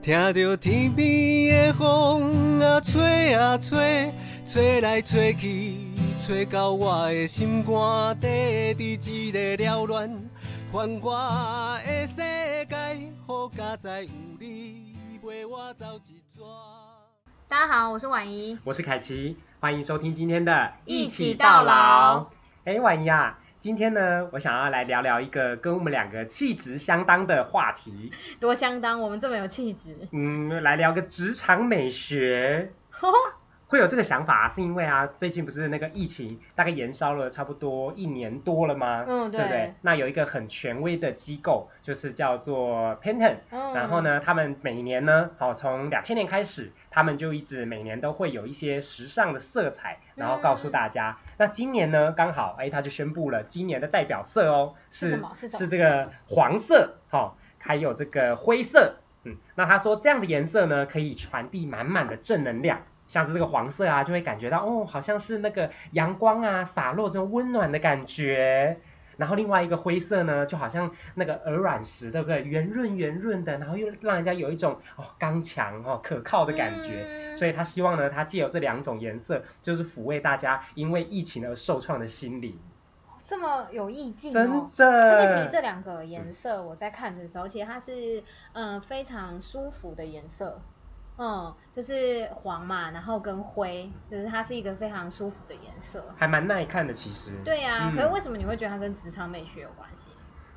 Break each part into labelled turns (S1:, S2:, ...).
S1: 听着天边的风啊吹啊吹，吹来吹去，吹到我的心肝底，伫一个缭乱繁华的世界，好佳哉有你陪我走一逝。
S2: 大家好，我是婉怡。
S3: 我是凯奇，欢迎收听今天的
S2: 一起到老。
S3: 哎，婉仪啊，今天呢，我想要来聊聊一个跟我们两个气质相当的话题，
S2: 多相当，我们这么有气 质。
S3: 嗯，来聊个职场美学。会有这个想法、啊，是因为啊，最近不是那个疫情大概延烧了差不多一年多了吗？
S2: 嗯
S3: 对
S2: 对
S3: 不对？那有一个很权威的机构，就是叫做 Pantone，
S2: 嗯
S3: 然后？呢，他们每年呢，好、从两千年开始，他们就一直每年都会有一些时尚的色彩，然后告
S2: 嗯
S3: 诉大家。那今年呢，刚好哎，他就宣布了今年的代表色哦，
S2: 是什
S3: 是
S2: 么是什么
S3: 这个黄色，好、还有这个灰色。嗯，那他说这样的颜色呢，可以传递满满的正能量。像是这个黄色啊，就会感觉到哦，好像是那个阳光啊洒落这种温暖的感觉。然后另外一个灰色呢，就好像那个鹅卵石，对不对？圆润圆润的，然后又让人家有一种哦刚强哦可靠的感觉。
S2: 嗯
S3: 所以他希望呢，他借由这两种颜色，就是抚慰大家因为疫情而受创的心理。
S2: 这么有意境
S3: 真
S2: 哦。而且其实这
S3: 的，
S2: 两个颜色，我在看的时候，其实它是嗯、呃非常舒服的颜色，嗯，就是黄嘛，然后跟灰，就是它是一个非常舒服的颜色。
S3: 还蛮耐看的其实。
S2: 对呀、
S3: 嗯
S2: 可是为什么你会觉得它跟职场美学有关系？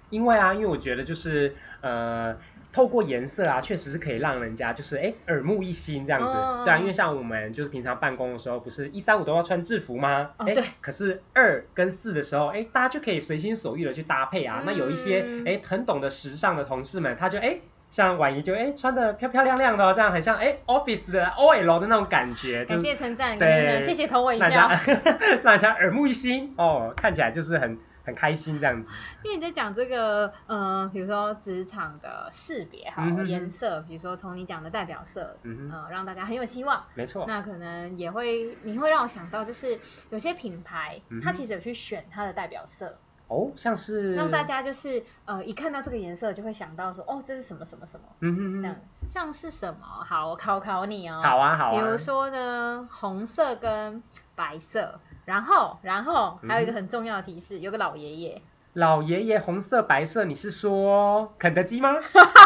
S3: 因为啊，因为我觉得就是呃，透过颜色啊，确实是可以让人家就是哎耳目一新这样子。
S2: 嗯
S3: 对啊，因为像我们就是平常办公的时候，不是一三五都要穿制服吗？
S2: 哦
S3: 哎
S2: 对。
S3: 可是二跟四的时候，哎，大家就可以随心所欲的去搭配啊。那有一些
S2: 嗯
S3: 哎很懂得时尚的同事们，他就哎。像婉仪就哎穿的漂漂亮亮的、哦，这样很像哎 office 的 OL 的那种感觉，就
S2: 感
S3: 是
S2: 谢称赞，跟那
S3: 对
S2: 个谢谢投我一
S3: 让人家
S2: 票。
S3: 让人家耳目一新哦，看起来就是很很开心这样子。
S2: 因为你在讲这个，呃，比如说职场的识别好
S3: 嗯哼哼
S2: 颜色，比如说从你讲的代表色，
S3: 嗯哼，
S2: 呃，让大家很有希望。
S3: 没错。
S2: 那可能也会，你会让我想到，就是有些品牌
S3: 嗯，哼
S2: 它其实有去选它的代表色，
S3: 哦，像是
S2: 让大家就是呃一看到这个颜色就会想到说，哦，这是什么什么什么，
S3: 嗯
S2: 这
S3: 嗯
S2: 样
S3: 嗯，
S2: 像是什么？好，我考考你哦。
S3: 好啊好啊，
S2: 比如说呢，红色跟白色，然后然后还有一个
S3: 嗯
S2: 很重要的提示，有个老爷爷
S3: 老爷爷红色白色，你是说肯德基吗？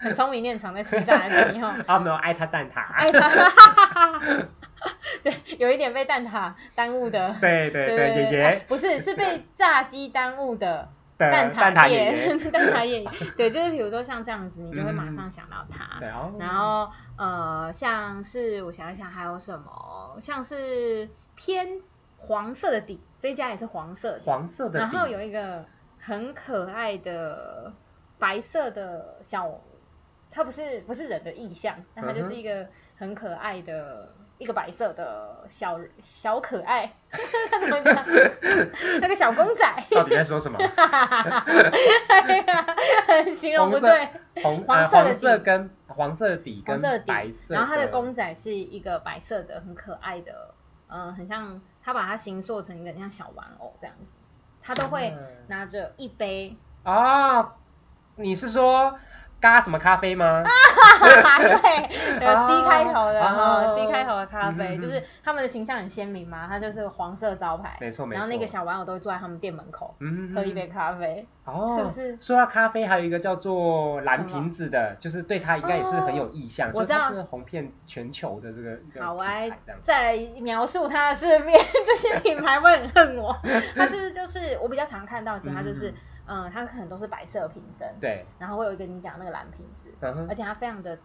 S2: 很聪明，你很常在吃炸鸡哦。
S3: 啊没有，爱他蛋挞，
S2: 爱他， 对，有一点被蛋挞耽误的。
S3: 对对对，爷
S2: 哎
S3: 爷
S2: 不是是 被炸鸡耽误的
S3: 的
S2: 蛋
S3: 蛋
S2: 挞
S3: 爷
S2: 店
S3: 爷，，
S2: 蛋挞店， 对，就是比如说像这样子，你就会马上
S3: 嗯
S2: 想到它。
S3: 对哦，
S2: 然后呃，像是我想一想还有什么，像是偏黄色的底，这一家也是黄色的，
S3: 黄色的底，
S2: 然后有一个很可爱的白色的小，它不是不是人的意象，但它就
S3: 嗯
S2: 是
S3: 哼
S2: 一个很可爱的、一个白色的小小可爱， 怎么讲？ 那个小公仔，
S3: 到底在说什么？
S2: 形容不
S3: 黄色
S2: 对。
S3: 红
S2: 黄
S3: 呃
S2: 色的
S3: 黄色
S2: 底
S3: 跟
S2: 黄
S3: 黄色的底跟
S2: 色的底
S3: 白色，
S2: 然后它的公仔是一个白色的，很可爱的，呃，很像他把它形塑成一个很像小玩偶这样子，他都会
S3: 嗯
S2: 拿着一杯，
S3: 啊，你是说咖什么咖啡
S2: 啊
S3: 吗？
S2: 对，有 C
S3: 哦
S2: 开头的哈、
S3: 哦
S2: c 开头的咖啡，
S3: 嗯嗯嗯
S2: 就是他们的形象很鲜明嘛，它就是黄色招牌，
S3: 没错没错
S2: 然后那个小玩偶都会坐在他们店门口、
S3: 嗯，
S2: 喝一杯咖啡，
S3: 哦，
S2: 是不是
S3: 说到咖啡，还有一个叫做蓝
S2: 什么
S3: 瓶子的，就是对它应该也是很有意向，
S2: 哦
S3: 就
S2: 我
S3: 是
S2: 知道
S3: 它是红遍全球的这个一个
S2: 好，我
S3: 品
S2: 来
S3: 牌这样子。
S2: 再描述它的世面，这些品牌会很恨 我。它是不是就是我比较常看到，其实它就是，嗯、它可能都是白色瓶身，，
S3: 对，
S2: 然后会有一个你讲那个蓝瓶子，
S3: 嗯
S2: 而
S3: 哼，
S2: 且它非常的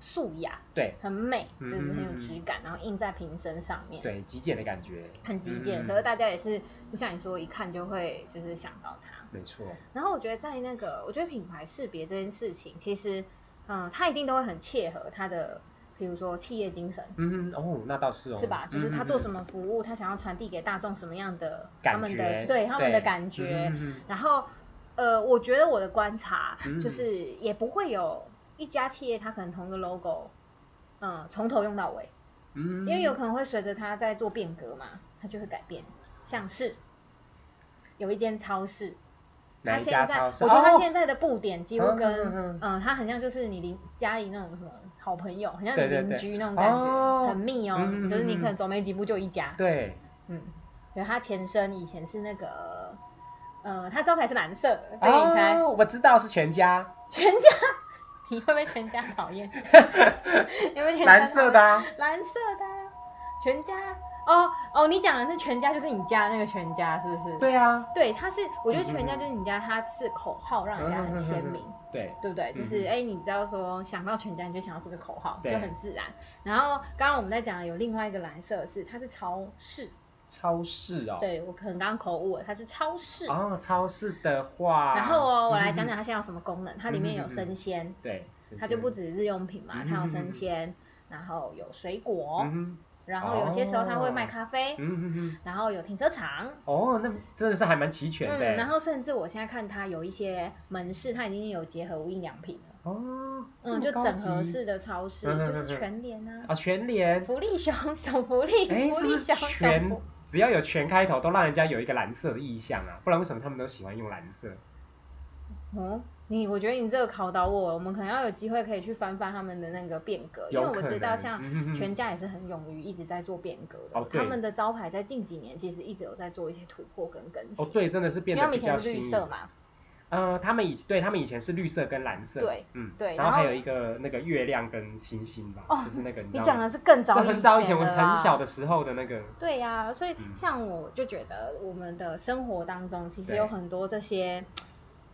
S2: 素雅，
S3: 对
S2: 很美，就
S3: 嗯
S2: 是很有质感，然后印在瓶身上面，，
S3: 对，极简的感觉，
S2: 很极简。
S3: 嗯
S2: 可是大家也是，就像你说，一看就会就是想到它。
S3: 没错，
S2: 然后我觉得在那个，我觉得品牌识别这件事情，其实，嗯、它一定都会很切合它的，比如说企业精神。
S3: 嗯哼，哦，那倒是哦，
S2: 是吧？就是他做什
S3: 么
S2: 么服务，他想要传递给大众什么样的他
S3: 感
S2: 们
S3: 觉
S2: 的，对他们的感觉。
S3: 嗯哼嗯哼
S2: 然后，呃，我觉得我的观察、
S3: 嗯
S2: 就是，也不会有一家企业它可能同一个 logo，嗯、从头用到尾，
S3: 嗯，
S2: 因为有可能会随着它在做变革嘛，它就会改变。像是有一间超市，
S3: 哪
S2: 他
S3: 一
S2: 现
S3: 家
S2: 在
S3: 超
S2: 我
S3: 市？
S2: 觉得他
S3: 哦
S2: 现在的布点几乎
S3: 嗯
S2: 跟
S3: 嗯嗯
S2: 嗯，呃他很像就是你邻家里那种什么好朋友，很像你
S3: 对对
S2: 邻
S3: 对
S2: 居那种感
S3: 哦
S2: 觉，很密哦
S3: 嗯嗯，
S2: 就是你
S3: 嗯
S2: 可能走没几步就一家。
S3: 对，
S2: 嗯，对，它前身以前是那个，呃，它招牌是蓝色的，所以你猜、
S3: 哦，我知道是全家，
S2: 全家， 你会不会全家讨厌？ 你会不会全家
S3: 蓝
S2: 讨
S3: 色的
S2: 厌、
S3: 啊，
S2: 蓝色的啊、全家哦哦，你讲的是全家，就是你家那个全家，是不是？，
S3: 对啊，
S2: 对，它是我觉得全
S3: 嗯嗯
S2: 家
S3: 嗯
S2: 就是你家，它是口号让人家很鲜明。
S3: 对，
S2: 对不对？就是
S3: 嗯
S2: 哎、你知道说想到全家，你就想到这个口号，就
S3: 对
S2: 很自然。然后刚刚我们在讲有另外一个蓝色的是，它是超市，
S3: 超市哦，，
S2: 对我可能刚刚口误了，它是超市。
S3: 哦，超市的话，
S2: 然后哦，我来讲
S3: 嗯，
S2: 讲它现在有什么功能，它里面有生鲜，
S3: 对，
S2: 它就不
S3: 止，
S2: 止日用品嘛，
S3: 嗯
S2: 它有
S3: 嗯嗯嗯
S2: 生鲜，然后有水果，
S3: 嗯
S2: 然后有些时候它会卖咖啡
S3: 哼，嗯哼哼，
S2: 然后有停车场。
S3: 哦，那真的是还蛮齐全的欸，
S2: 嗯，然后甚至我现在看它有一些门市，它已经有结合无印良品了，
S3: 哦，这
S2: 嗯，
S3: 么
S2: 就
S3: 高
S2: 整合
S3: 级
S2: 式的超市，
S3: 嗯嗯嗯
S2: 就是
S3: 嗯
S2: 全联啊，
S3: 啊，全联，
S2: 福利熊、小福利、
S3: 哎，
S2: 福
S3: 是不
S2: 利
S3: 是
S2: 熊、小
S3: 全
S2: 福，
S3: 只要有全开头，都让人家有一个蓝色的意象啊？不然为什么他们都喜欢用蓝色？
S2: 哦，你我觉得你这个考倒我，我们可能要有机会可以去翻翻他们的那个变革，因为
S3: 有
S2: 我
S3: 可
S2: 知道
S3: 能
S2: 像
S3: 嗯哼哼
S2: 全家也是很勇于一直在做变革的，
S3: 哦对
S2: 他们的招牌在近几年其实一直有在做一些突破跟更新。
S3: 哦，对，真的是
S2: 因
S3: 变
S2: 为
S3: 得
S2: 他们
S3: 比
S2: 以前
S3: 较
S2: 是
S3: 新
S2: 绿
S3: 颖。
S2: 色嘛，
S3: 呃，他们以对他们以前是绿色跟蓝色，
S2: 对，
S3: 嗯，
S2: 对
S3: 然
S2: 然
S3: 后还
S2: 后
S3: 有一个那个月亮跟星星吧，
S2: 哦
S3: 就是那个你知
S2: 你
S3: 道
S2: 讲
S3: 吗
S2: 的是更早
S3: 嗯这很早以前
S2: 前啊
S3: 我
S2: 了啦
S3: 很小的时候的那个，
S2: 对呀、所以
S3: 嗯
S2: 像我就觉得我们的生活当中其实
S3: 对
S2: 有很多这些，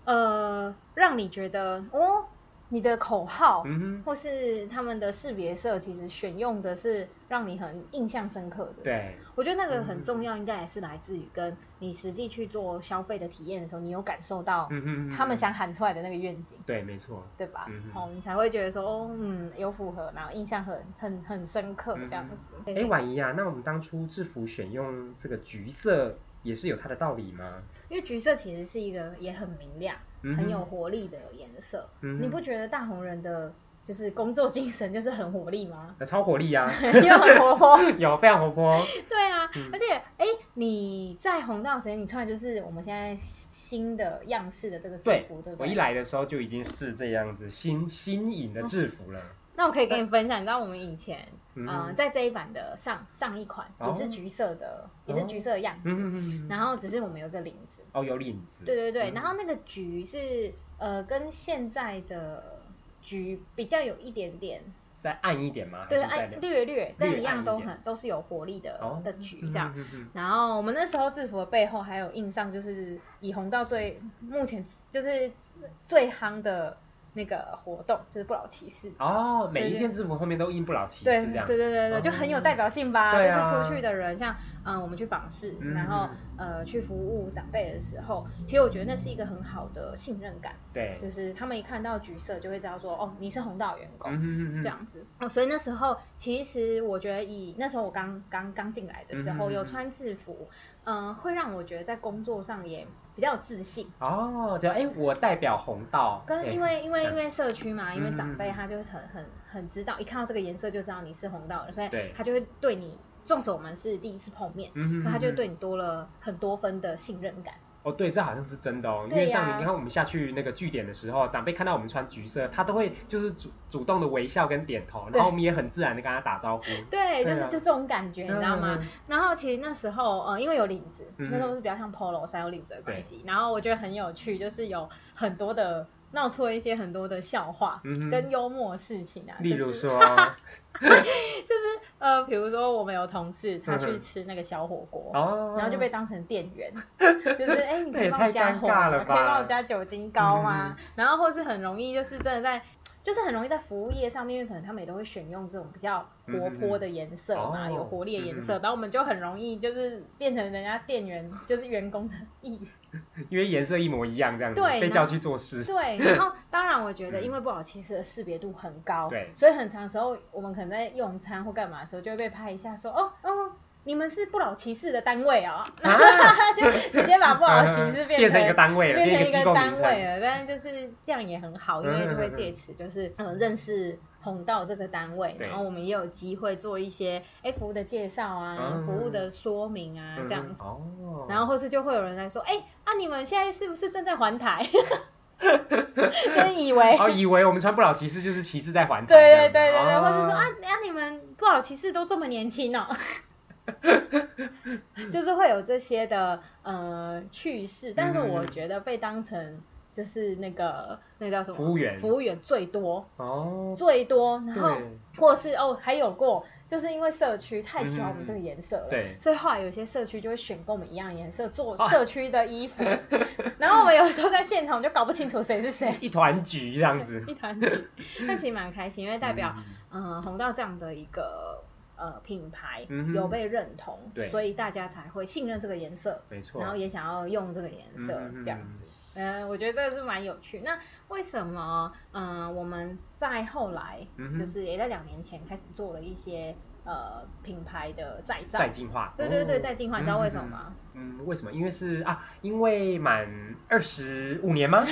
S2: 呃，让你觉得哦，你的口号、
S3: 嗯哼，
S2: 或是他们的识别色，其实选用的是让你很印象深刻的。，
S3: 对，嗯
S2: 我觉得那个很重要，应该也是来自于跟你实际去做消费的体验的时候，你有感受到
S3: 嗯哼，
S2: 他们
S3: 嗯
S2: 想喊出来的那个愿景。
S3: 对，没错，
S2: 对吧？
S3: 嗯哼
S2: 哦，你才会觉得说，哦，嗯，有符合，然后印象很很很深刻这样子。对
S3: 哎，婉仪啊，那我们当初制服选用这个橘色，也是有它的道理吗？
S2: 因为橘色其实是一个也很明亮、
S3: 嗯哼
S2: 很有活力的颜色。
S3: 嗯哼
S2: 你不觉得大红人的就是工作精神就是很活力
S3: ？
S2: 吗
S3: 呃超活力啊，
S2: 又很活泼，
S3: 有非常活泼，
S2: 对啊，
S3: 嗯
S2: 而且哎、你在红道时间，你穿的就是我们现在新的样式的这个制
S3: 对
S2: 服，对不
S3: 我一
S2: 对？嗯
S3: 来的时候就已经是这样子新新颖的制服了，
S2: 那我可以跟你分享，你知道我们以前，
S3: 嗯
S2: 嗯、在这一版的上上一款
S3: 哦
S2: 也是橘色的，也是橘色的样子，
S3: 嗯哼哼哼，
S2: 然后只是我们有一个领子，
S3: 哦，有领子，
S2: 对对对，
S3: 嗯
S2: 然后那个橘是呃跟现在的橘比较有一点点，
S3: 再暗一点吗？
S2: 对，
S3: 还是再
S2: 暗
S3: 亮
S2: 略略，但一样都
S3: 暗一
S2: 很都是有活力的、
S3: 哦
S2: 的橘这样。
S3: 嗯哼哼哼
S2: 然后我们那时候制服的背后还有印上，就是以红到最目前就是最夯的那个活动，就是不老骑士。
S3: 哦，每一
S2: 对
S3: 件制服后面都印不老骑
S2: 对
S3: 士这
S2: 对
S3: 样，哦
S2: 对对对，就很有代表性吧。
S3: 对啊
S2: 就是出去的人，像嗯、呃我们去访视，
S3: 嗯
S2: 然后呃去服务长辈的时候，其实我觉得那是一个很好的信任感。
S3: 对，
S2: 就是他们一看到橘色就会知道说，哦，你是红道员工、
S3: 嗯哼哼哼
S2: 这样子。哦，所以那时候其实我觉得以那时候我刚刚刚进来的时
S3: 嗯
S2: 候，
S3: 哼
S2: 有穿制服，嗯、会让我觉得在工作上也比较有自信。
S3: 哦，就哎，我代表红道，哎
S2: 跟因为因为
S3: 这样
S2: 因为社区嘛，因为
S3: 嗯
S2: 长辈
S3: 嗯嗯
S2: 他就是很很很知道，一看到这个颜色就知道你是红道人，所以
S3: 对
S2: 他就会对你，纵使我们是第一次碰面，
S3: 嗯哼
S2: 可他就
S3: 嗯
S2: 对你多了很多分的信任感。
S3: 哦，对，这好像是真的哦，因
S2: 对
S3: 为像
S2: 呀
S3: 你看我们下去那个据点的时候，长辈看到我们穿橘色，他都会就是主主动的微笑跟点头，然
S2: 对
S3: 后我们也很自然的跟他打招呼，
S2: 对，就是
S3: 对啊
S2: 就是这种感觉，你知道吗？
S3: 嗯嗯嗯
S2: 然后其实那时候，呃，因为有领子，
S3: 嗯嗯
S2: 那时候是比较像 polo 衫有领子的关系。然后我觉得很有趣，就是有很多的闹出了一些很多的笑话、
S3: 嗯哼
S2: 跟幽默的事情啊。
S3: 例如
S2: 就是、
S3: 说，
S2: 就是呃，比如说我们有同事他
S3: 嗯
S2: 去
S3: 哼
S2: 吃那个小火锅。
S3: 哦，
S2: 然后就被当成店员，就是哎、你可
S3: 那也
S2: 以帮我
S3: 太
S2: 加
S3: 尴
S2: 火
S3: 尬
S2: 吗，
S3: 了
S2: 可以帮
S3: 吧
S2: 我加酒精膏吗？
S3: 嗯
S2: 然后或是很容易就是真的在，就是很容易在服务业上面，因为可能他们也都会选用这种比较活泼的颜色嘛，
S3: 嗯嗯嗯嗯哦
S2: 有活力的颜色，
S3: 嗯嗯
S2: 然后我们就很容易就是变成人家店员，就是员工的一员。
S3: 因为颜色一模一样这样子，
S2: 对
S3: 被
S2: 然
S3: 叫
S2: 后
S3: 去做事，
S2: 对，然后当然我觉得，
S3: 嗯
S2: 因为不好骑士的识别度很高，
S3: 对
S2: 所以很长时候我们可能在用餐或干嘛的时候，就会被拍一下说，哦哦，你们是不老骑士的单位哦，
S3: 啊
S2: 就直接把不老骑士变
S3: 变成一个单位了，
S2: 变
S3: 变
S2: 成
S3: 一
S2: 一
S3: 机
S2: 个
S3: 构
S2: 单位
S3: 名称。
S2: 了，但就是这样也很好，因为就会借此就是呃认识红道这个单位，
S3: 对
S2: 然后我们也有机会做一些哎服务的介绍啊
S3: 嗯，
S2: 服务的说明啊这样
S3: 嗯
S2: 子，
S3: 哦，
S2: 然后或是就会有人来说，哎啊你们现在是不是正在还 台？就是以为
S3: 哦，以为我们穿不老骑士就是骑士在还台这
S2: 对
S3: 样
S2: 对
S3: 子，
S2: 对对对，
S3: 哦
S2: 或者说啊，啊你们不好骑士都这么年轻 哦，就是会有这些的呃趣事，但是我
S3: 嗯
S2: 觉得被当成就是那个那叫什么
S3: 服务员
S2: 服务员最多
S3: 哦，
S2: 最多，然后
S3: 对
S2: 或是哦还有过。就是因为社区太喜欢我们这个颜色了，
S3: 嗯对哦
S2: 所以后来有些社区就会选跟我们一样颜色做社区的衣 服，然后我们有时候在现场就搞不清楚谁是谁，
S3: 一团局这样子，
S2: 一团局，但其实蛮开心，因为代表
S3: 嗯
S2: 嗯，红到这样的一个呃品牌、
S3: 嗯哼
S2: 有被认同，
S3: 对
S2: 所以大家才会信任这个颜色，
S3: 没错，
S2: 然后也想要用这个颜色、
S3: 嗯嗯嗯
S2: 这样子。嗯，我觉得这个是蛮有趣。那为什么嗯、呃我们在后来、
S3: 嗯哼
S2: 就是也在两年前开始做了一些呃品牌的再造？
S3: 再进化，
S2: 对对对，
S3: 哦
S2: 再进化，你知道为什么？
S3: 嗯嗯嗯
S2: 吗？
S3: 嗯，为什么？因为是啊，因为满二十五 年吗？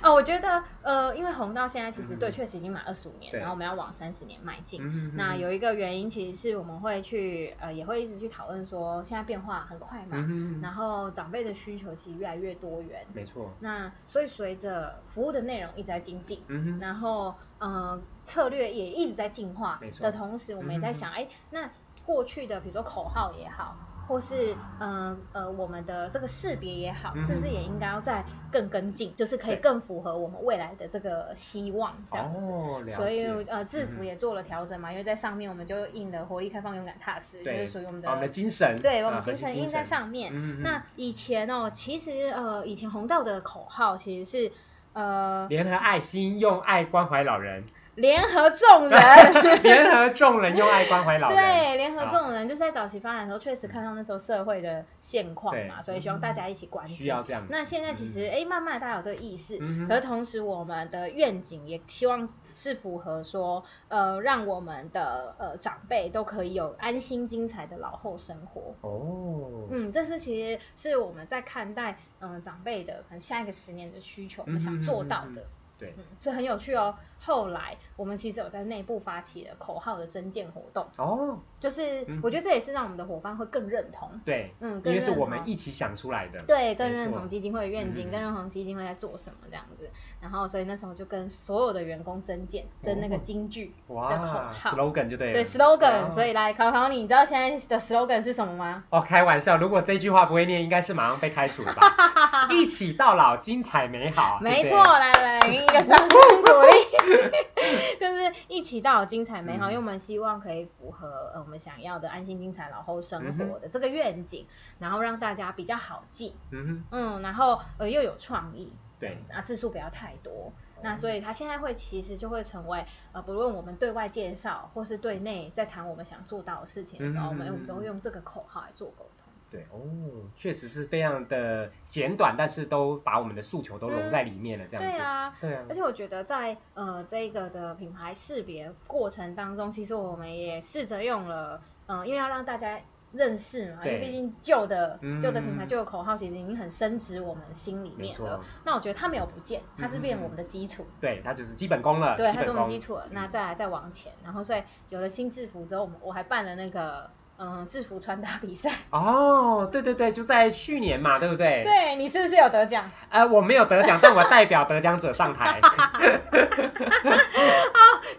S2: 啊，我觉得呃，因为红到现在其实对，
S3: 嗯
S2: 确实已经满二十五年，
S3: 对
S2: 然后我们要往三十年迈进。
S3: 嗯
S2: 那有一个原因，其实是我们会去呃，也会一直去讨论说，现在变化很快嘛，
S3: 嗯
S2: 然后长辈的需求其实越来越多元。
S3: 没错，
S2: 那所以随着服务的内容一直在精进，
S3: 嗯哼，
S2: 然后呃策略也一直在进化
S3: 没错
S2: 的同时，我们也在
S3: 嗯
S2: 想，哎、那过去的比如说口号也好，或是呃呃我们的这个识别也好，
S3: 嗯
S2: 是不是也应该要再更跟进，就是可以
S3: 对
S2: 更符合我们未来的这个希望这样子。
S3: 哦，了解
S2: 所以呃，制服
S3: 嗯
S2: 也做了调整嘛，因为在上面我们就印的活力开放、勇敢踏实，就
S3: 对
S2: 是属于我们
S3: 啊我们的
S2: 的
S3: 精神，
S2: 对，
S3: 啊
S2: 我们
S3: 核
S2: 精
S3: 心
S2: 神印在上面。
S3: 嗯嗯
S2: 那以前哦，其实呃，以前红道的口号其实是呃，
S3: 联合爱心，用爱关怀老人；
S2: 联合众 人。
S3: 联合众人，用爱关怀老人。
S2: 对，联合
S3: 啊
S2: 众人就是在早期发展的时候，确实看到那时候社会的现况嘛，
S3: 对
S2: 所以希望大家一起关
S3: 需
S2: 心
S3: 要。这样子。
S2: 那现在其实哎、诶慢慢大家有这个意识，
S3: 嗯
S2: 可是
S3: 哼，
S2: 同时我们的愿景也希望是符合说，呃，让我们的呃长辈都可以有安心精彩的老后生活。
S3: 哦，
S2: 嗯，这是其实是我们在看待嗯、呃长辈的可能下一个十年的需求，我们
S3: 嗯
S2: 想做到的。
S3: 对，
S2: 嗯，所以很有趣哦。后来我们其实有在内部发起了口号的增建活动，
S3: 哦，
S2: 就是
S3: 嗯
S2: 我觉得这也是让我们的伙伴会更认同，
S3: 对，
S2: 嗯，
S3: 因
S2: 更
S3: 为是
S2: 认
S3: 我
S2: 同
S3: 们一起想出来的。
S2: 对，更
S3: 没
S2: 认
S3: 错
S2: 同基金会的愿景，
S3: 嗯
S2: 更认同基金会在做什么这样子。然后，所以那时候就跟所有的员工增建，增那个
S3: 哦
S2: 金句的口
S3: 哇
S2: 号，
S3: ，slogan 就对了。
S2: 对 slogan、
S3: 哦
S2: 所以来考考你，你知道现在的 slogan 是什么吗？
S3: 哦，开玩笑，如果这句话不会念，应该是马上被开除了 吧？一起到老，精彩美好。对
S2: 没
S3: 不对
S2: 错，，来来，给你一个掌 声鼓励，就是一起到有精彩美好，因
S3: 嗯
S2: 为我们希望可以符合呃我们想要的安心精彩老后
S3: 嗯
S2: 生活的这个愿景，然后让大家比较好记，
S3: 嗯
S2: 嗯，然后呃又有创意，
S3: 哼，对，嗯
S2: 啊，字数不要太多。那所以它现在会其实就会成为呃，不论我们对外介绍或是对内在谈我们想做到的事情的时候，我们哎
S3: 嗯嗯嗯嗯
S2: 我们都会用这个口号来做沟通。
S3: 对哦，确实是非常的简短，但是都把我们的诉求都融在里面了，这样
S2: 对
S3: 子。
S2: 啊，
S3: 对啊
S2: 而，且我觉得在呃这个的品牌识别过程当中，其实我们也试着用了，嗯、因为要让大家。认识嘛，因为
S3: 对
S2: 毕竟旧的
S3: 嗯
S2: 旧的品牌、旧的口号，其实已经很深植我们心里
S3: 没
S2: 面
S3: 错
S2: 了。，那我觉得它没有不见，它是变
S3: 嗯嗯嗯
S2: 我们的基础。
S3: 对，它就是基本功了，
S2: 对，
S3: 基
S2: 它是
S3: 本
S2: 我们
S3: 功。
S2: 基础了，那再来再往前，然后所以有了新制服之后，我们我还办了那个嗯、呃制服穿搭比赛，
S3: 哦，对对对，就在去年嘛，对不对？。
S2: 对你是不是有得奖？
S3: 呃，我没有得奖，但我代表得奖者上 台。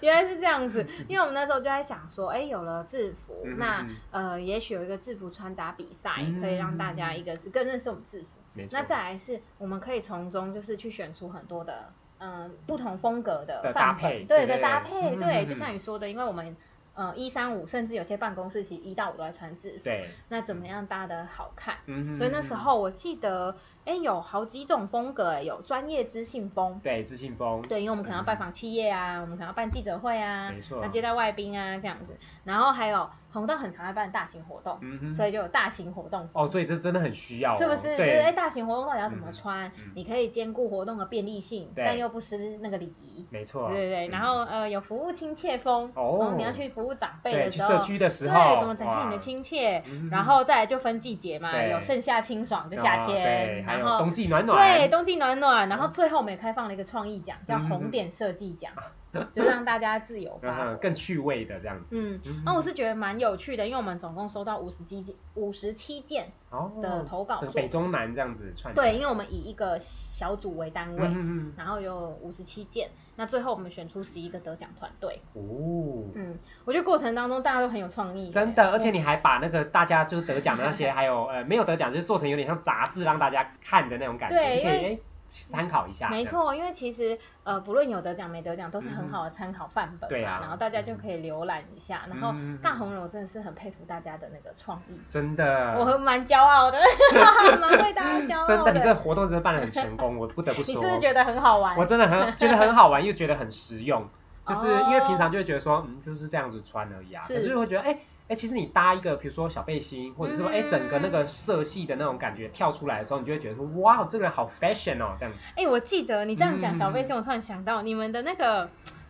S2: 原来是这样 子，因为我们那时候就在想说，哎，有了制服，
S3: 嗯嗯
S2: 那
S3: 嗯
S2: 呃也许有一个制服穿搭比赛，
S3: 嗯
S2: 可以让大家一个是更认识我们制服，
S3: 没错。
S2: 那再来是我们可以从中就是去选出很多的。嗯，不同风格的范
S3: 的搭配
S2: 本
S3: 对
S2: 对的
S3: 对
S2: 搭
S3: 对
S2: 配，
S3: 嗯
S2: 对，
S3: 嗯
S2: 就像
S3: 嗯
S2: 你说的，因为我们呃一三五，甚至有些办公室其实一到五都在穿制服，
S3: 对，
S2: 那怎么样搭的好看？
S3: 嗯哼
S2: 所以那时候我记得哎，有好几种风格，哎有专业知性风，
S3: 对，自信风，
S2: 对，因为我们可能要拜访企业啊，我们可能要办记者会啊
S3: 嗯没，错
S2: 那，接待外宾啊这样子，然后还有红道很常爱办大型活动，
S3: 嗯哼，
S2: 所以就有大型活动
S3: 哦，所以这真的很需要哦、
S2: 是不是？就是哎，
S3: 对，
S2: 大型活动到底要怎么穿？
S3: 嗯
S2: 你可以兼顾活动的便利性，
S3: 对
S2: 但又不失那个礼仪。
S3: 没
S2: 对
S3: 错，
S2: 对对，然后呃有服务亲切风，
S3: 哦
S2: 然后你要去服务长辈
S3: 对，
S2: 的
S3: 去
S2: 时候，
S3: 社区的时候，
S2: 对，怎么展现你
S3: 哇
S2: 的亲切？
S3: 嗯
S2: 然后再来就分季节嘛，
S3: 对
S2: 有盛夏清爽就
S3: 哦
S2: 夏
S3: 对，
S2: 天，
S3: 还
S2: 然
S3: 有
S2: 后
S3: 冬季暖暖，
S2: 对冬季暖暖，然后最后我们也开放了一个创意奖，叫
S3: 嗯
S2: 红点设计 奖，就让大家自由
S3: 嗯
S2: 发
S3: 哼，
S2: 挥。
S3: 更趣味的这样子。
S2: 嗯，那我是觉得蛮有趣的，因为我们总共收到五十几件、五十七件
S3: 哦
S2: 的投稿
S3: 整个
S2: 作
S3: 北中南这样子串起来，
S2: 对，因为我们以一个小组为单位，
S3: 嗯嗯嗯，
S2: 然后有五十七件，那最后我们选出十一个得奖团队。
S3: 哦，
S2: 嗯，我觉得过程当中大家都很有创意，
S3: 真的，而且你还把那个大家就是得奖的那些，还有呃没有得奖，就是做成有点像杂志让大家看的那种感觉，
S2: 对
S3: 你可以
S2: 因
S3: 哎参考一下，
S2: 没
S3: 这样，
S2: 错，因为其实呃，不论有得奖没得奖，都是
S3: 嗯
S2: 很好的参考范本嘛，
S3: 对啊
S2: 然后大家就可以浏览一下。然后
S3: 嗯
S2: 大红人，我真的是很佩服大家的那个创意，
S3: 真的，
S2: 我很蛮骄傲的， 蛮为大家骄傲
S3: 嗯真的，你这个活动真的办得很成功，我不得不
S2: 你
S3: 说，
S2: 是不是觉得很好玩？
S3: 我真的很觉得很好玩，又觉得很实 用，就是因为
S2: 哦
S3: 平常就会觉得说，嗯，就是这样子穿而已啊，
S2: 是
S3: 可是会觉得，哎、哎、其实你搭一个，比如说小背心，或者是说，哎、整个那个色系的那种感觉跳出来的时候，你就会觉得说，哇，这个人好 fashion 哦，这样。
S2: 哎、我记得你这样讲
S3: 嗯
S2: 小背心，我突然想到你们的那个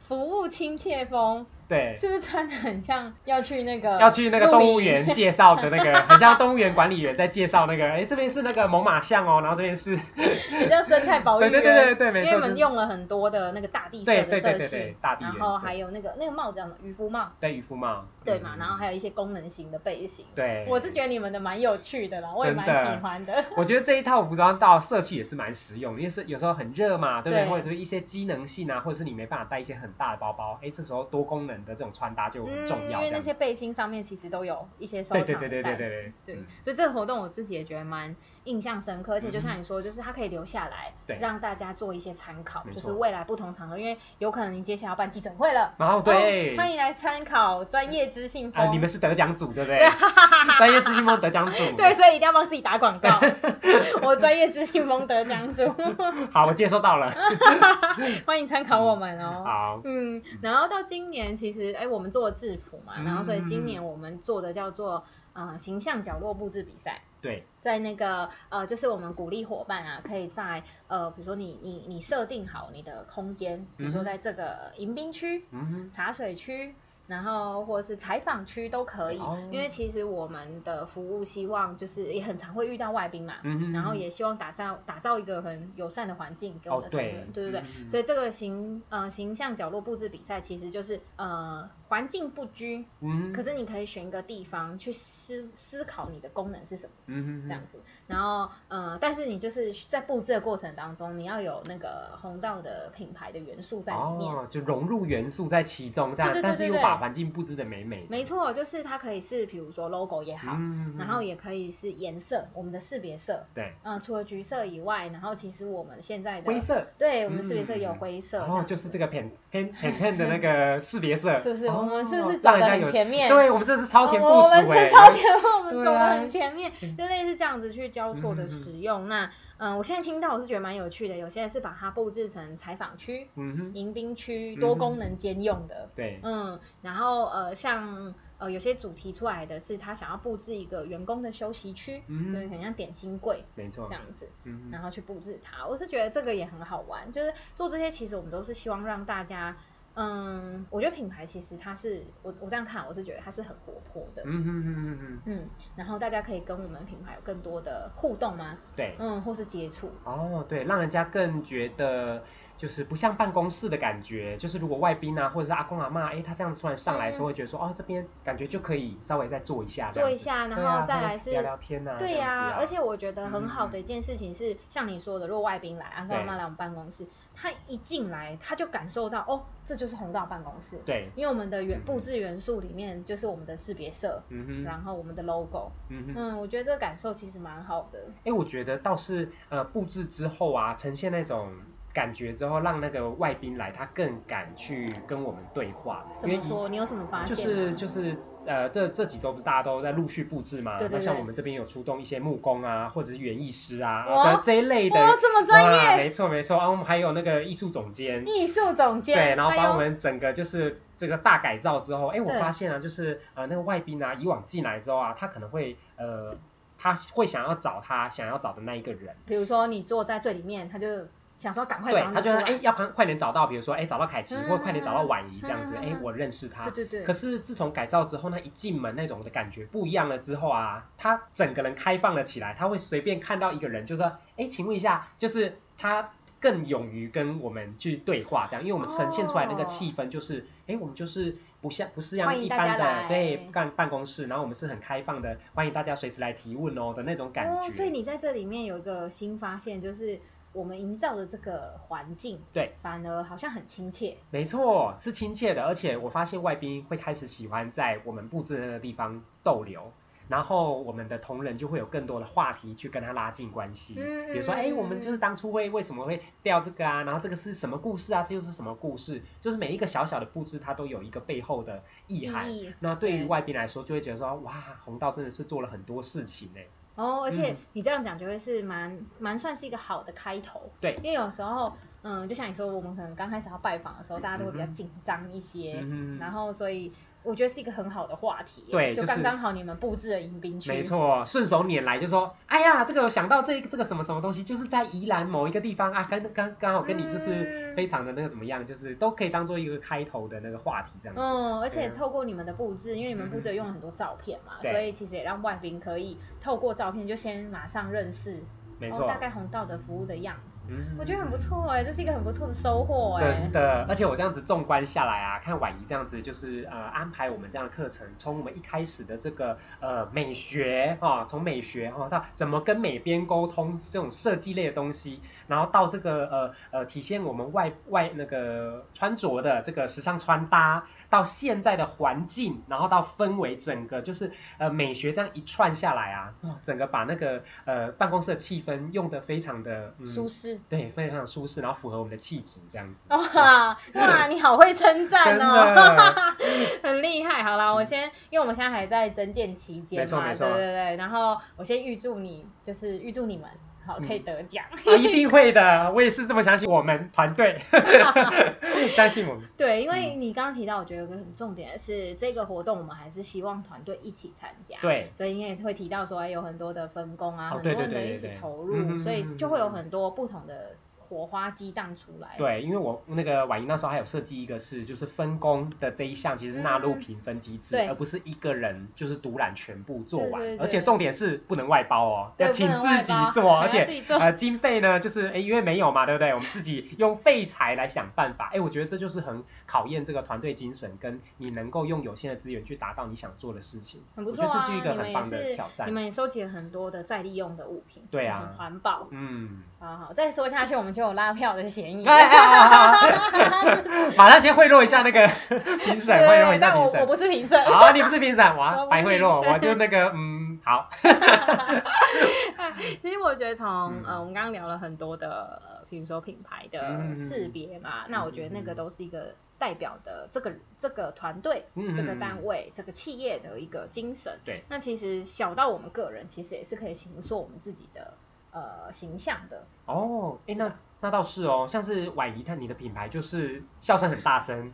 S2: 服务亲切风，
S3: 对，
S2: 是不是穿的很像要去那个
S3: 要去那个
S2: 露
S3: 动物
S2: 营
S3: 园介绍的那个，很像动物园管理员在介绍那个，哎、这边是那个猛犸象哦，然后这边是，
S2: 比较生态保育
S3: 对
S2: 园？
S3: 对对对对，没
S2: 因为
S3: 错，
S2: 我
S3: 就
S2: 们
S3: 是
S2: 用了很多的那个大地色
S3: 对
S2: 的
S3: 对
S2: 色系，
S3: 对对对大地
S2: 然
S3: 颜
S2: 后
S3: 色
S2: 还有那个那个帽子叫什么渔夫帽，
S3: 对渔夫帽，
S2: 对嘛？
S3: 嗯
S2: 然后还有一些功能型的背心。
S3: 对，
S2: 我是觉得你们的蛮有趣的啦，我也蛮
S3: 真的
S2: 喜欢的。
S3: 我觉得这一套服装到社区也是蛮实用的，因为是有时候很热嘛，对不对？
S2: 对
S3: 或者是一些机能性啊，或者是你没办法带一些很大的包包，哎，这时候多功能的这种穿搭就很 重要。
S2: 嗯因为
S3: 这
S2: 那
S3: 样
S2: 些
S3: 子。
S2: 背心上面其实都有一些收
S3: 对
S2: 藏
S3: 对
S2: 的
S3: 对对对
S2: 袋子
S3: 对
S2: 对
S3: 嗯，
S2: 所以这个活动我自己也觉得蛮印象深刻，而且就
S3: 嗯
S2: 像你说，就是它可以留下来，
S3: 对
S2: 让大家做一些参考
S3: 没，
S2: 就
S3: 错
S2: 是未来不同场合，因为有可能你接下来要办记者会了，
S3: 然后对
S2: 哦，欢迎来参考专业知性
S3: 啊、
S2: 风，
S3: 你们是得奖组对 不对？专业知性风得奖组。
S2: 对，所以一定要帮自己打广 告，我专业知性风得奖组，
S3: 好，我接收到了。
S2: 欢迎参考我们哦。
S3: 好，
S2: 嗯，然后到今年其实，哎，我们做了制服嘛，然后所以今
S3: 嗯
S2: 年我们做的叫做呃形象角落布置比赛，
S3: 对，
S2: 在那个呃，就是我们鼓励伙伴啊，可以在呃，比如说你你你设定好你的空间，比如
S3: 嗯
S2: 说
S3: 哼
S2: 在这个迎宾区、
S3: 嗯
S2: 茶水区。然后或者是采访区都可以，
S3: 哦
S2: 因为其实我们的服务希望就是也很常会遇到外宾嘛，
S3: 嗯哼
S2: 然后也希望打造打造一个很友善的环境给我们的
S3: 哦
S2: 同
S3: 对
S2: 仁，对不对？
S3: 嗯嗯嗯
S2: 所以这个形呃形象角落布置比赛其实就是呃环境不拘，
S3: 嗯，
S2: 可
S3: 是
S2: 是你可以选一个地方去思思考你的功能是什么。
S3: 嗯
S2: 这样
S3: 嗯
S2: 子，然后呃，但是你就是在布置的过程当中，你要有那个红道的品牌的元素在里面。
S3: 哦，就融入元素在其中，这样，
S2: 对对对
S3: 但是又
S2: 对对
S3: 把环境布置的美美的。
S2: 没错，就是它可以是比如说 logo 也好，
S3: 嗯，嗯
S2: 然后也可以是颜色，我们的识别色。
S3: 对，
S2: 嗯、除了橘色以外，然后其实我们现在的
S3: 灰，色。
S2: 对我们的识别色
S3: 嗯
S2: 有灰色，
S3: 然
S2: 这
S3: 后
S2: 样
S3: 就是
S2: 子
S3: 这个偏偏偏偏的那个识 别色，
S2: 是不是
S3: 哦
S2: 我们是不是
S3: 让
S2: 走
S3: 人
S2: 得
S3: 家
S2: 很
S3: 有
S2: 前面
S3: 对我们这是超前部
S2: 哦我
S3: 署
S2: 们
S3: 哎，
S2: 是超前部署，我们
S3: 对
S2: 走的
S3: 啊
S2: 很前面，
S3: 嗯
S2: 就类似这样子去交错的使用。那嗯、呃我现在听到我是觉得蛮有趣的，有些是把它布置成采访区、
S3: 嗯哼，
S2: 迎宾区
S3: 嗯
S2: 多功能兼用的。
S3: 对，
S2: 嗯，然后呃，像呃有些主题出来的是他想要布置一个员工的休息区，
S3: 嗯
S2: 对，很像点心柜
S3: 没错
S2: 这，样子。
S3: 嗯
S2: 然
S3: 哼，
S2: 后去布置它。我是觉得这个也很好玩，就是做这些，其实我们都是希望让大家，嗯，我觉得品牌其实它是我我这样看，我是觉得它是很活泼的，
S3: 嗯哼嗯哼嗯
S2: 嗯，然后大家可以跟我们品牌有更多的互动吗？
S3: 哼，对，
S2: 嗯，或是接触，
S3: 哦对，让人家更觉得。就是不像办公室的感觉，就是如果外宾啊，或者是阿公阿嬷，哎，他这样子突然上来的时候，
S2: 嗯
S3: 会觉得说，哦，这边感觉就可以稍微再坐一下，这
S2: 做
S3: 样
S2: 一
S3: 子，
S2: 下，然
S3: 对啊
S2: 后再
S3: 然
S2: 来是。
S3: 聊聊天呐，
S2: 对
S3: 呀、
S2: 呀、
S3: 啊，
S2: 而且我觉得很好的
S3: 嗯
S2: 一件事情是，像你说的，如果外宾来，阿公阿妈
S3: 对
S2: 来我们办公室，他一进来他就感受到，哦，这就是红道办公室，
S3: 对，
S2: 因为我们的元
S3: 嗯
S2: 布置元素里面就是我们的识别色，
S3: 嗯哼，
S2: 然后我们的 logo，
S3: 嗯哼，
S2: 嗯，我觉得这个感受其实蛮好的。
S3: 哎，我觉得倒是呃，布置之后啊，呈现那种感觉之后，让那个外宾来，他更敢去跟我们对话。
S2: 怎
S3: 因为
S2: 么
S3: 以
S2: 说？你有什么发
S3: 就
S2: 现
S3: 是
S2: 吗？
S3: 就是呃，这这几周不是大家都在陆续布置嘛？
S2: 对对
S3: 那像
S2: 对
S3: 我们这边有出动一些木工啊，或者是园艺师啊，
S2: 哇
S3: 这这一类的。
S2: 哇，这么
S3: 哇
S2: 专业，
S3: 没错没错啊，我们还有那个艺术总监，
S2: 艺术总监，
S3: 对，然后
S2: 哎
S3: 把
S2: 呦
S3: 我们整个就是这个大改造之后，哎，我
S2: 对
S3: 发现啊，就是呃那个外宾啊，以往进来之后啊，他可能会呃他会想要找他想要找的那一个人。
S2: 比如说你坐在最里面，他就想说赶快
S3: 对
S2: 找，你
S3: 他
S2: 出
S3: 觉得
S2: 来。
S3: 哎、要快快点找到，比如说哎、找到凯琪，
S2: 嗯
S3: 或快点找到婉仪这样子，
S2: 嗯
S3: 哎、
S2: 嗯嗯
S3: 我认识他。
S2: 对对对，
S3: 可是自从改造之后，那一进门那种的感觉不一样了之后啊，他整个人开放了起来，他会随便看到一个人就说，哎、请问一下，就是他更勇于跟我们去对话，这样，因为我们呈现出来那个
S2: 哦
S3: 气氛就是，哎、我们就是不像不是
S2: 欢
S3: 像
S2: 迎
S3: 一
S2: 大家
S3: 般的
S2: 来
S3: 对办办公室，然后我们是很开放的，欢迎大家随时来提问哦的那种感觉。
S2: 哦，所以你在这里面有一个新发现，就是我们营造的这个环境，
S3: 对，
S2: 反而好像很亲切。
S3: 没错，是亲切的，而且我发现外宾会开始喜欢在我们布置的那个地方逗留，然后我们的同仁就会有更多的话题去跟他拉近关系。
S2: 嗯
S3: 比如说，
S2: 嗯
S3: 哎、
S2: 嗯
S3: 我们就是当初会为什么会掉这个啊？然后这个是什么故事啊？这又是什么故事？就是每一个小小的布置，它都有一个背后的意涵。
S2: 意义
S3: 那对于
S2: 嗯对
S3: 外宾来说，就会觉得说，哇，红道真的是做了很多事情呢、
S2: 哦，而且
S3: 嗯
S2: 你这样讲就会是蛮蛮算是一个好的开头，
S3: 对
S2: 因为有时候，嗯，就像你说，我们可能刚开始要拜访的时候，大家都会比较
S3: 嗯哼
S2: 紧张一些，
S3: 嗯
S2: 然后所以我觉得是一个很好的话题耶，
S3: 对
S2: 就
S3: 就是
S2: 刚刚好你们布置了迎宾区，
S3: 没，错，顺手拈来就说，哎呀，这个我想到这这个什么什么东西，就是在宜兰某一个地方啊，刚刚刚好跟你就是
S2: 嗯
S3: 非常的那个怎么样，就是都可以当做一个开头的那个话题这样子。
S2: 嗯，而且
S3: 嗯
S2: 透过你们的布置，因为你们布置用了很多照片嘛，
S3: 对
S2: 所以其实也让外宾可以透过照片就先马上认识，
S3: 没
S2: 哦、
S3: 错，
S2: 大概红道的服务的样子，
S3: 嗯
S2: 我觉得很不错哎，这是一个很不错的收获哎
S3: 真，的，而且我这样子纵观下来啊，看婉仪这样子，就是呃安排我们这样的课程，从我们一开始的这个呃美学哈，从、美学哈、到怎么跟美编沟通这种设计类的东西，然后到这个呃呃体现我们外外那个穿着的这个时尚穿搭，到现在的环境，然后到氛围，整个就是呃美学这样一串下来啊，
S2: 嗯
S3: 哦整个把那个呃办公室的气氛用得非常的、嗯、
S2: 舒适。
S3: 对，非常舒适，然后符合我们的气质这样子。
S2: 哇哇，你好会称赞
S3: 真
S2: 哦，
S3: 的，啊
S2: 很厉害。好啦，我先，因为我们现在还在增建期间
S3: 没错
S2: 嘛，
S3: 没
S2: 对
S3: 错
S2: 对对。然后我先预祝你，就是预祝你们好可以得奖。
S3: 啊一定会的，我也是这么相信我们团队， 相信我们。
S2: 对，因
S3: 嗯
S2: 为你刚刚提到，我觉得有个很重点的是，这个活动我们还是希望团队一起参加。。
S3: 对，
S2: 所以你也是会提到说，哎，有很多的分工啊，
S3: 哦
S2: 很多
S3: 对
S2: 人
S3: 对
S2: 的
S3: 对
S2: 一
S3: 对
S2: 起
S3: 对
S2: 投
S3: 嗯
S2: 入，
S3: 嗯
S2: 所以
S3: 嗯
S2: 就会有
S3: 嗯
S2: 很多不同的火花激荡出来。
S3: 对，因为我那个婉莹那时候还有设计一个是就是分工的这一项，其实是纳入
S2: 嗯
S3: 评分机制，
S2: 对
S3: 而不是一个人就是独揽全部做完，
S2: 对对对
S3: 而且重点是不能外包哦，
S2: 对
S3: 要请
S2: 不能外
S3: 自己
S2: 包
S3: 做，
S2: 还要
S3: 而
S2: 自己
S3: 且
S2: 啊做
S3: 呃经费呢就是哎因为没有嘛，对不对？我们自己用废材来想办法，哎，我觉得这就是很考验这个团队精神，跟你能够用有限的资源去达到你想做的事情，
S2: 很不
S3: 我
S2: 错啊！
S3: 觉得这是一个
S2: 你们
S3: 很棒的
S2: 也
S3: 挑
S2: 是，
S3: 战
S2: 你们也收集了很多的再利用的物品，
S3: 对啊
S2: 很环保。
S3: 嗯。
S2: 好好，再说下去我们就有拉票的嫌疑。
S3: 哎哎哎哎哎马上先贿赂一下那个评审，贿赂
S2: 对，
S3: 一下
S2: 但我
S3: 评
S2: 我
S3: 审。
S2: 不是评审。
S3: 好，你不是评审，
S2: 我
S3: 我
S2: 不
S3: 白
S2: 是
S3: 贿
S2: 评
S3: 赂，
S2: 审
S3: 我就那个嗯，好，
S2: 其实我觉得从
S3: 嗯
S2: 呃，我们刚刚聊了很多的，呃比如说品牌的
S3: 嗯
S2: 识别嘛，那我觉得那个
S3: 嗯
S2: 都是一个代表的这个这个团队、
S3: 嗯
S2: 这个单位、这个企业的一个精神。
S3: 对，
S2: 那其实小到我们个人，其实也是可以形塑我们自己的呃形象的。
S3: 哦，哎，
S2: 啊
S3: 那那倒是哦，像是婉仪，她你的品牌就是笑声很大声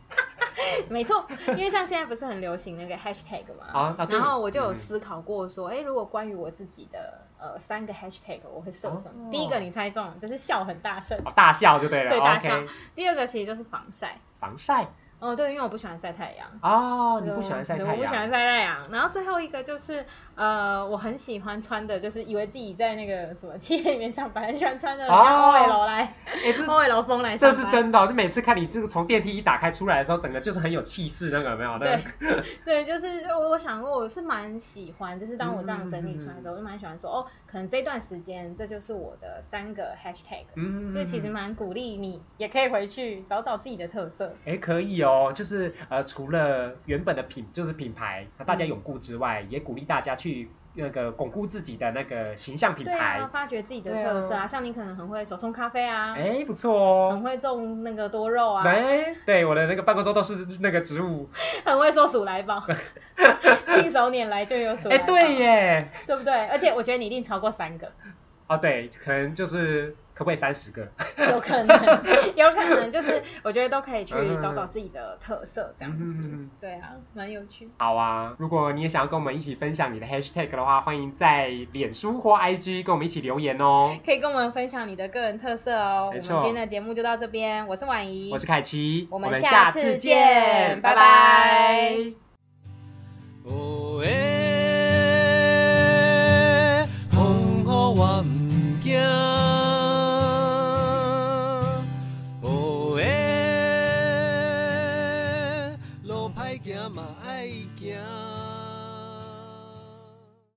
S2: 没错，因为像现在不是很流行那个 hashtag 嘛，
S3: 啊，啊对
S2: 然后我就有
S3: 嗯
S2: 思考过说，哎、如果关于我自己的呃三个 hashtag，我会设什么？
S3: 哦
S2: 第一个你猜中了，就是笑很大声；
S3: 哦大笑就对了
S2: 对大笑
S3: ，OK，
S2: 第二个其实就是防晒，
S3: 防晒
S2: 哦，对，因为我不喜欢晒太阳。
S3: 哦，你不喜欢晒
S2: 对
S3: 太
S2: 我不喜欢
S3: 阳，
S2: 晒太阳。然后最后一个就是，呃，我很喜欢穿的，就是以为自己在那个什么企业里面上班，很喜欢穿的像
S3: 哦
S2: OL 来、
S3: 哎， 这
S2: OL 风来上
S3: 这
S2: 班。
S3: 是真的哦，就每次看你这个从电梯一打开出来的时候，整个就是很有气势，那个有没有？那个
S2: 对，对，就是我我想过，我是蛮喜欢，就是当我这样整理出来
S3: 嗯
S2: 之后，我就蛮喜欢说，哦，可能这段时间这就是我的三个 hashtag，、
S3: 嗯，
S2: 所以其实蛮鼓励你，也可以回去找找自己的特色。
S3: 哎，可以哦，就是呃，除了原本的品就是品牌，大
S2: 嗯
S3: 家永固之外，也鼓励大家去那个巩固自己的那个形象品
S2: 对啊
S3: 牌，。
S2: 发掘自己的
S3: 对啊
S2: 特色啊，像你可能很会手冲咖啡啊，
S3: 哎、不错哦
S2: 很。会种那个多肉啊，
S3: 哎、对，我的那个办公桌都是那个植物。
S2: 很会说数来 宝，信手拈来就有数
S3: 哎、
S2: 来宝，
S3: 对耶。
S2: 对不对？而且我觉得你一定超过三个，
S3: 哦，对，可能就是可不可以三十个？
S2: 有可能，有可能就是我觉得都可以去
S3: 嗯
S2: 找找自己的特色这样
S3: 嗯
S2: 子，对啊，蛮有趣。
S3: 如果你也想要跟我们一起分享你的 hashtag 的话，欢迎在脸书或 IG 跟我们一起留言哦。
S2: 可以跟我们分享你的个人特色哦。我
S3: 没
S2: 们
S3: 错
S2: 今天的节目就到这边，我是婉仪，
S3: 我是凯奇，
S2: 我
S3: 我
S2: 们
S3: 们
S2: 下
S3: 下
S2: 次
S3: 次
S2: 见
S3: 见，
S2: 拜
S3: 拜
S2: 拜
S3: 拜
S1: 哦耶，风雨我毋惊。哦耶，路歹行嘛爱行。